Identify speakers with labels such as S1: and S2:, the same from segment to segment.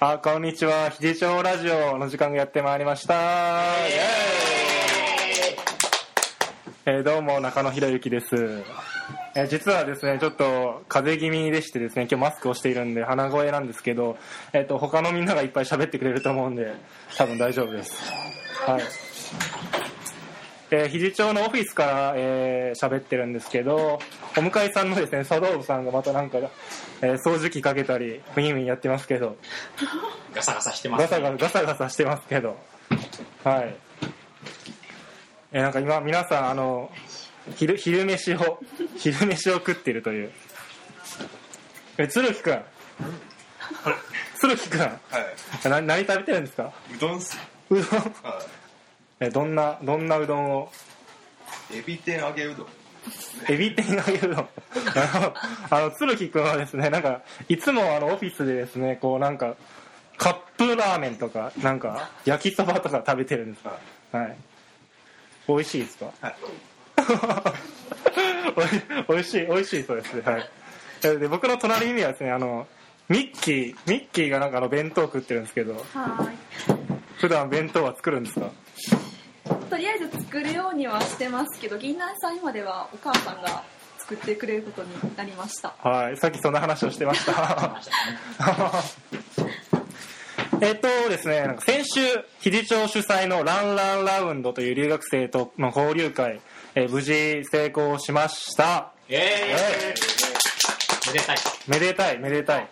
S1: あこんにちは秀町ラジオの時間がやってまいりましたイエーイえーどうも中野博之です、えー実はですねちょっと風邪気味でしてですね今日マスクをしているんで鼻声なんですけど、えー、と他のみんながいっぱい喋ってくれると思うんで多分大丈夫ですはいえー、肘町のオフィスから、えー、喋ってるんですけど、お向かいさんのですね、茶道部さんがまたなんか、えー掃除機かけたり、ウィンウィンやってますけど、
S2: ガサガサしてま
S1: ガ
S2: す、
S1: サガサ、ガサガサしてますけど、はい。えーなんか今、皆さん、あの、昼、昼飯を、昼飯を食ってるという。え、鶴木くん。鶴木くん。
S3: はい。
S1: な何食べてるんですか
S3: うどんっす。
S1: うどん。
S3: は
S1: え、どんな、どんなうどんを
S3: い。エビ天揚げうどん。
S1: エビ天揚げうどん。あの、あの鶴木くんはですね、なんか、いつもあの、オフィスでですね、こうなんか、カップラーメンとか、なんか、焼きそばとか食べてるんです。
S3: は
S1: はい。美味しいです か
S3: い。はい。
S1: おい美味しい、美味しいそうですね。はい。えで、僕の隣にはですね、あの、ミッキー、ミッキーがなんかあの、弁当食ってるんですけど、
S4: は
S1: 普段弁当は作るんですか
S4: ーい。とりあえず作るようにはしてますけど、銀杏さん今ではお母さんが作ってくれることになりました。
S1: はい、さっきそんな話をしてました。 えっとですね、なんか先週、日町主催のランランラウンドという留学生との交流会、えー無事成功しました。
S2: イエ
S1: え
S2: ーイめでたい
S1: めでたい、めでたい。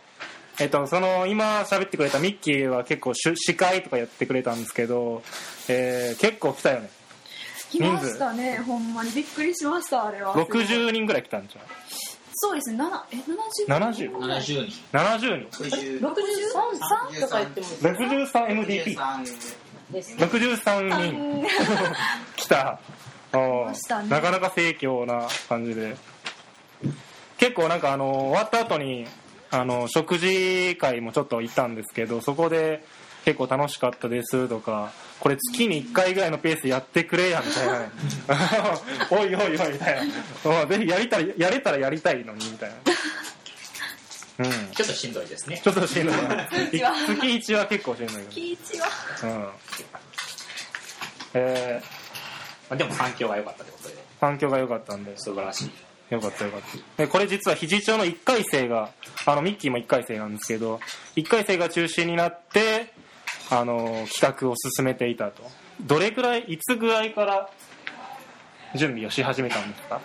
S1: えっと、その、今喋ってくれたミッキーは結構主司会とかやってくれたんですけど、えー結構来たよね。
S4: 来ましたね、ほんまに。びっくりしました、あれは。
S1: 60人ぐらい来たんじ
S4: そうですね、7、え、
S1: ゃん。70
S4: 70?
S2: 70人
S1: ?70 人
S5: 63とか言っても
S1: ?63MDP。
S5: ですね。
S1: 63人。来た
S4: ましたね
S1: なかなか盛況な感じで結構なんかあの終わった後にあの食事会もちょっと行ったんですけどそこで結構楽しかったですとかこれ月に1回ぐらいのペースやってくれやみたいなね おいおいおいみたいなうんぜひやりたいやれたらやりたいのにみたいなうん
S2: ちょっとしんどいですね
S1: ちょっとしんどい
S4: 一は
S1: 月1は結構しんどいけど
S4: キイチは。
S1: うんえー
S2: まあでも環境が良かったってことで
S1: 反響が良かったんで
S2: 素晴らしい
S1: よかったよかった。で、これ実は肘町の1回生が、あの、ミッキーも1回生なんですけど、1回生が中心になって、あの、企画を進めていたと。どれくらい、いつぐらいから準備をし始めたんですか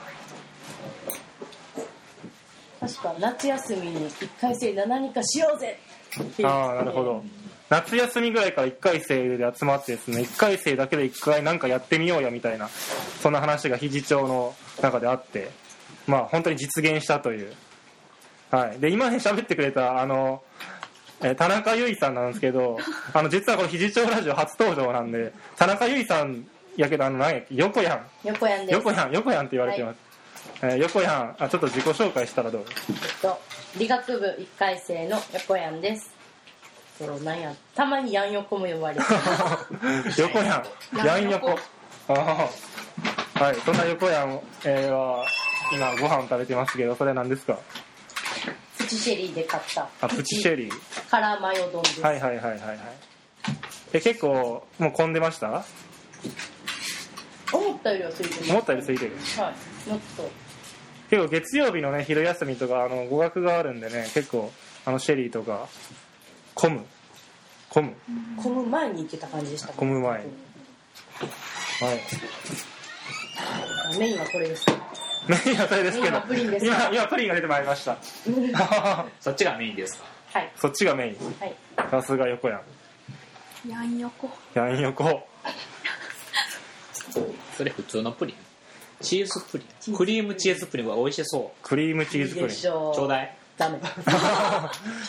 S5: 確か夏休みに一回生で何かしようぜって言って
S1: ああ、なるほど。夏休みぐらいから1回生で集まってですね、1回生だけで1回なんかやってみようよみたいな、そんな話が肘町の中であって、まあ本当に実現したという。はい。で、今ね喋ってくれた、あの、えー田中由衣さんなんですけど、あの、実はこの肘町ラジオ初登場なんで、田中由衣さんやけど、あの、何やっけ、横やん。
S5: 横やんです。
S1: 横やん、横やんって言われてます。えー横やん、あ、ちょっと自己紹介したらどう
S5: えっと理学部一回生の横やんです。そうなんやたまにやん横も呼ば れて
S1: 横やん、やん横。ああはい、そんな横やん、えーは、今ご飯食べてますけど、それなんですか
S5: プチシェリーで買った
S1: あ、プチシェリー。
S5: カラーマヨ丼です、
S1: はいはいはいはいはい。え、結構、もう混んでました
S5: 思ったよりはついてます
S1: 思ったより空いてる。
S5: はいもっと
S1: 結構月曜日のね、昼休みとか、あの、語学があるんでね、結構、あの、シェリーとか、混む。混む。
S5: 混む前に行けた感じでした
S1: 混む前にはい。
S5: メインはこれです
S1: メインはそれですけど、
S5: 今プリンです
S1: 今、今プリンが出てまいりま した。
S2: そっちがメインですか
S5: はい
S1: そっちがメイン。
S5: はい
S1: さすが横やん。
S4: やんよこ。
S1: ヤン横。
S2: それ普通のプリンチーズプリンクリームチーズプリンは美味しそ
S1: クリームチーズプ
S5: いい
S1: リ
S5: で
S1: ン。
S5: しょ
S2: うちょうだい
S5: ダメ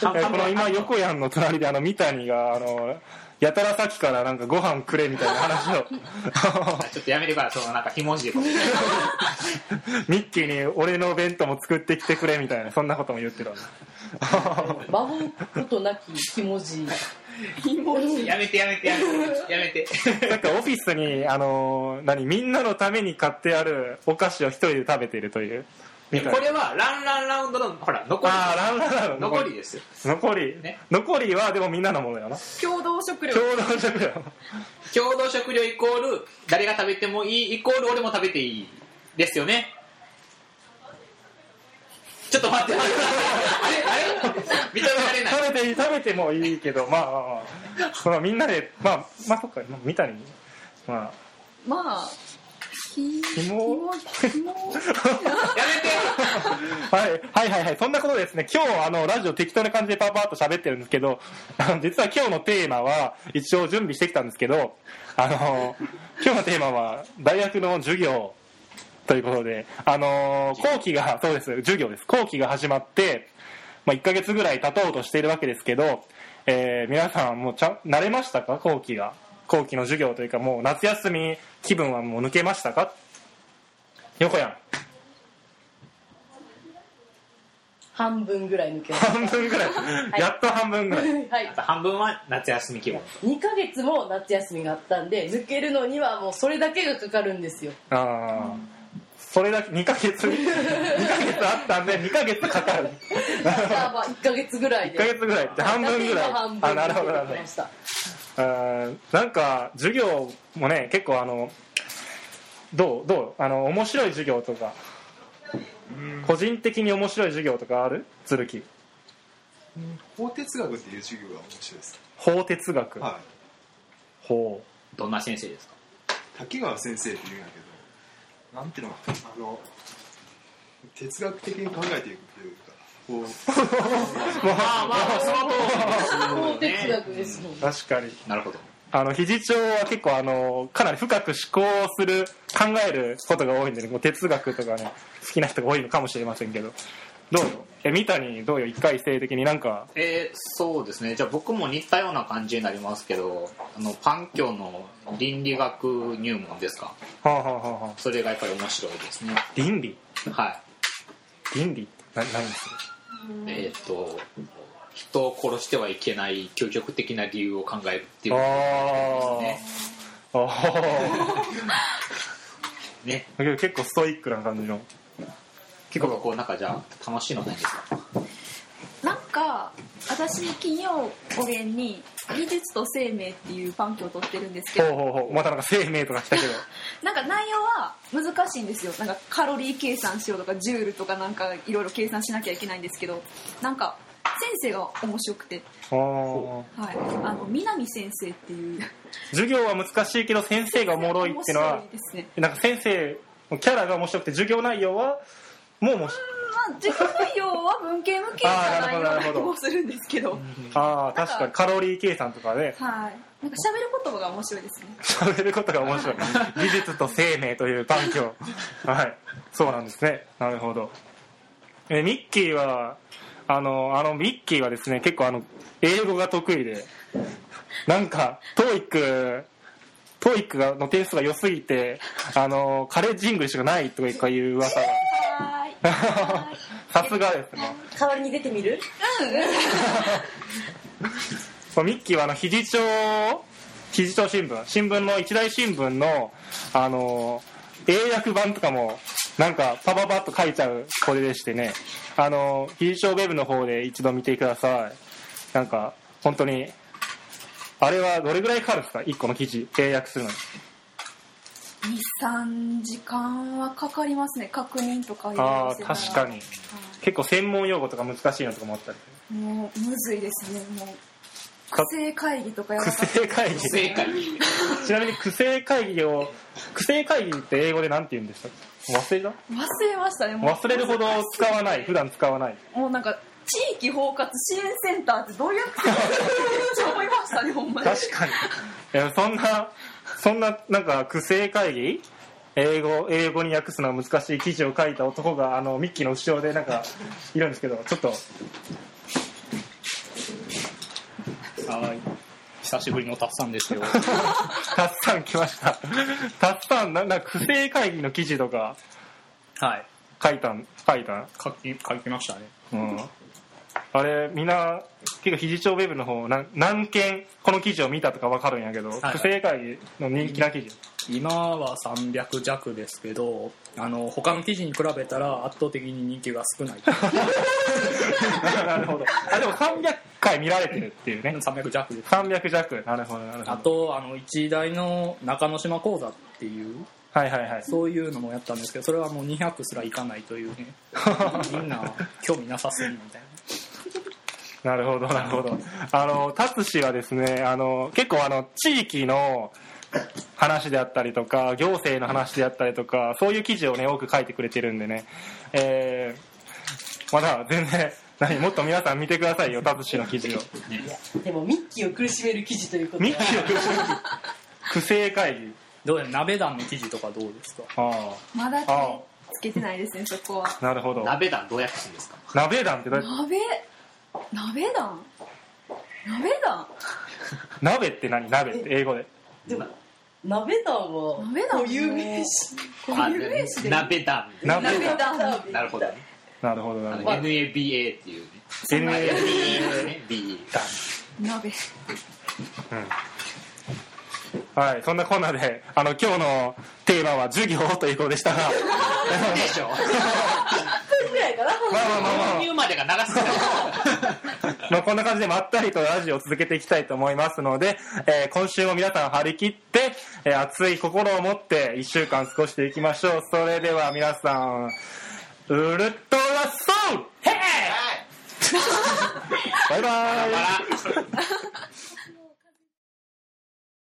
S2: 乾
S1: え
S2: 杯
S1: この今横やんの隣であの三谷があのやたらさっきからなんかご飯くれみたいな話を
S2: あちょっとやめてからそのなんかひもじりこと
S1: ミッキーに俺の弁当も作ってきてくれみたいなそんなことも言ってたんだ
S5: 魔法ことなき気持ち気
S2: やめてやめてやめてやめ て
S1: なんかオフィスにあの何みんなのために買ってあるお菓子を一人で食べているというみたい
S2: これはランランラウンドのほら残り
S1: ああランランランド
S2: 残りですよ
S1: 残り、
S2: ね
S1: 残りはでもみんなのものやな
S4: 共同食料
S1: 共同食料
S2: 共同食料イコール誰が食べてもいいイコール俺も食べていいですよねちょっと待ってあれあれ認められない
S1: 食べていい食べてもいいけどまあまあまあそのみんなでまあまあそっか三谷まあ
S4: まあひ
S1: ひも
S4: ひも
S2: やめて
S1: はい、はいはいはいそんなことですね今日あのラジオ適当な感じでパーパーっと喋ってるんですけどあの実は今日のテーマは一応準備してきたんですけどあの今日のテーマは大学の授業ということであの後期がそうです授業です後期が始まって、まあ、1ヶ月ぐらい経とうとしているわけですけど、えー皆さんもうちゃん慣れましたか後期が後期の授業というかもう夏休み気分はもう抜けましたか横やん
S5: 半分ぐらい抜けました
S1: 半分ぐらい、
S5: い
S1: やっと半分ぐ らい
S5: はい
S2: 半分は夏休み気分
S5: 2ヶ月も夏休みがあったんで抜けるのにはもうそれだけがかかるんです よ
S1: ああそれだけ2ヶ月2ヶ月あったんで2ヶ月かかる
S5: だからまあ1ヶ月ぐらい
S1: 1
S5: で
S1: ヶ月ぐらいって半分ぐらい
S5: だから今半分
S1: あなるほどなるほ
S5: 抜け
S1: ど
S5: ました
S1: あーなんか授業もね結構あのどうどうあの面白い授業とか個人的に面白い授業とかある鶴木
S3: 法哲学っていう授業が面白いです。
S1: 法哲学、
S3: はい。
S1: 法
S2: どんな先生ですか
S3: 滝川先生っていうんやけど、なんていうのかな、あの、哲学的に考えていくというか、こう、
S2: まあ まあその
S5: 法哲学ですもん
S1: 確かに
S2: なるほど
S1: あの肘長は結構あのかなり深く思考をする考えることが多いんでねもう哲学とかね好きな人が多いのかもしれませんけどどうよえ三谷どうよ一回生的になんか
S2: えーそうですねじゃあ僕も似たような感じになりますけどあのパン教の倫理学入門ですか
S1: はあ、はあはあはあ、
S2: それがやっぱり面白いですね
S1: 倫理
S2: はい
S1: 倫理ってな何です
S2: えーっと人を殺してはいけない究極的な理由を考えるっていう
S1: ああ
S2: ことです
S1: ああ
S2: ねね
S1: だけど結構ストイックな感じの
S2: 結構こうなんかじゃあ楽しいのないですか
S4: なんか私金曜おげんに技術と生命っていうパンを取ってるんですけ
S1: ほう
S4: ど
S1: ほうほうまたなんか生命とか来たけど
S4: なんか内容は難しいんですよなんかカロリー計算しようとかジュールとかなんかいろいろ計算しなきゃいけないんですけどなんか先生が面白くて、
S1: ああ
S4: はい、あの南先生っていう
S1: 授業は難しいけど先生がおもろいっていうのは
S4: 面白いですね
S1: なんか先生のキャラが面白くて授業内容はもう面白い
S4: まあ授業内容は文系向けじゃないような気もするんですけど
S1: ああ
S4: なんか
S1: 確かにカロリー計算とかね
S4: はいなんか喋る言葉が面白いですね
S1: 喋ることが面 白い技術と生命という環境はいそうなんですねなるほどえミッキーはあのあのミッキーはですね結構あの英語が得意でなんか TOEIC TOEIC がの点数が良すぎてあのカレッジイングリッシュがないとかいう噂 が
S4: はーいは
S1: さすがですね
S5: 代わりに出てみる
S4: ーいうん
S1: そうミッキーはあの肘町肘町新聞新聞の一大新聞のあの英訳版とかもなんかパパパッと書いちゃうこれでしてねあの肘町ウェブの方で一度見てくださいなんか本当にあれはどれぐらいかかるんですか1個の記事英訳するのに
S4: 23時間はかかりますね確認とかいろい
S1: あ
S4: ろ
S1: あ
S4: してたら
S1: 確かに結構専門用語とか難しいのとかもあったり
S4: はいもうむずいですねもう苦正会議とかや
S1: 苦
S4: ばかっ
S1: 正会議
S2: 正解
S1: ちなみに苦正会議を苦正会議って英語でなんて言うんでしたっけ忘れた
S4: た忘れましたねもう
S1: 忘れるほど使わない普段使わない
S4: もうなんか地域包括支援センターってどうやってやってんのって思いまし たねほんまに
S1: 確かにいやそんなそんななんか苦正会議英語英語に訳すのは難しい記事を書いた男があのミッキーの後ろでなんかいるんですけどちょっと
S2: はい久しぶりのたっさんですよ
S1: たっさん来ましたたっさんなんか苦正会議の記事とか
S2: はい
S1: 書いたん書いたん
S2: 書き書きましたね
S1: うんあれみんな結構肘長ウェブの方なん何件この記事を見たとか分かるんやけど、
S6: はい
S1: 不正会の人気な記事
S6: 今は300弱ですけどあの他の記事に比べたら圧倒的に人気が少ない
S1: なるほどあでも300回見られてるっていうね
S6: 300弱です
S1: 300弱なるほどなる
S6: あ
S1: ほど
S6: とあの一大の中之島講座っていう
S1: はいはいはい
S6: そういうのもやったんですけどそれはもう200すらいかないというねみんな興味なさすぎみたい
S1: なるほど、なるほど。あの、タツ氏はですね、あの、結構あの、地域の話であったりとか、行政の話であったりとか、そういう記事をね、多く書いてくれてるんでね、えー、まだ全然、何、もっと皆さん見てくださいよ、タツ氏の記事を。
S5: でもミッキーを苦しめる記事ということは
S1: ミッキーを苦しむ不正会議。
S6: などうや鍋団の記事とかどうですか
S1: あ
S4: まだ手
S1: あ
S4: つけてないですねそこは
S1: あ、なるほど。
S2: 鍋団どうやってするんですか
S1: 鍋団ってどうやって、
S4: 鍋鍋団鍋団
S1: 鍋って何鍋って英語で。
S5: でも鍋団は
S4: 鍋団
S5: 固有名詞
S4: こういう名詞で
S2: 鍋団
S1: 鍋団
S4: 鍋団
S2: なるほどね
S1: なるほど、
S2: あ
S1: なる
S2: の
S1: ほど。
S2: NABA っていうね
S1: NA
S2: NABA
S4: 鍋
S1: はい、そんなコーナーで、あの、今日のテーマは授業ということでしたが、
S2: でしょ
S5: ぐらいかな
S1: まあまあまあまあ
S2: 購入までが長すぎ
S1: まあこんな感じでまったりとラジオを続けていきたいと思いますので、えー今週も皆さん張り切って、えー熱い心を持って1週間過ごしていきましょう。それでは皆さん、ウルトラソウルヘイバイバイ
S2: た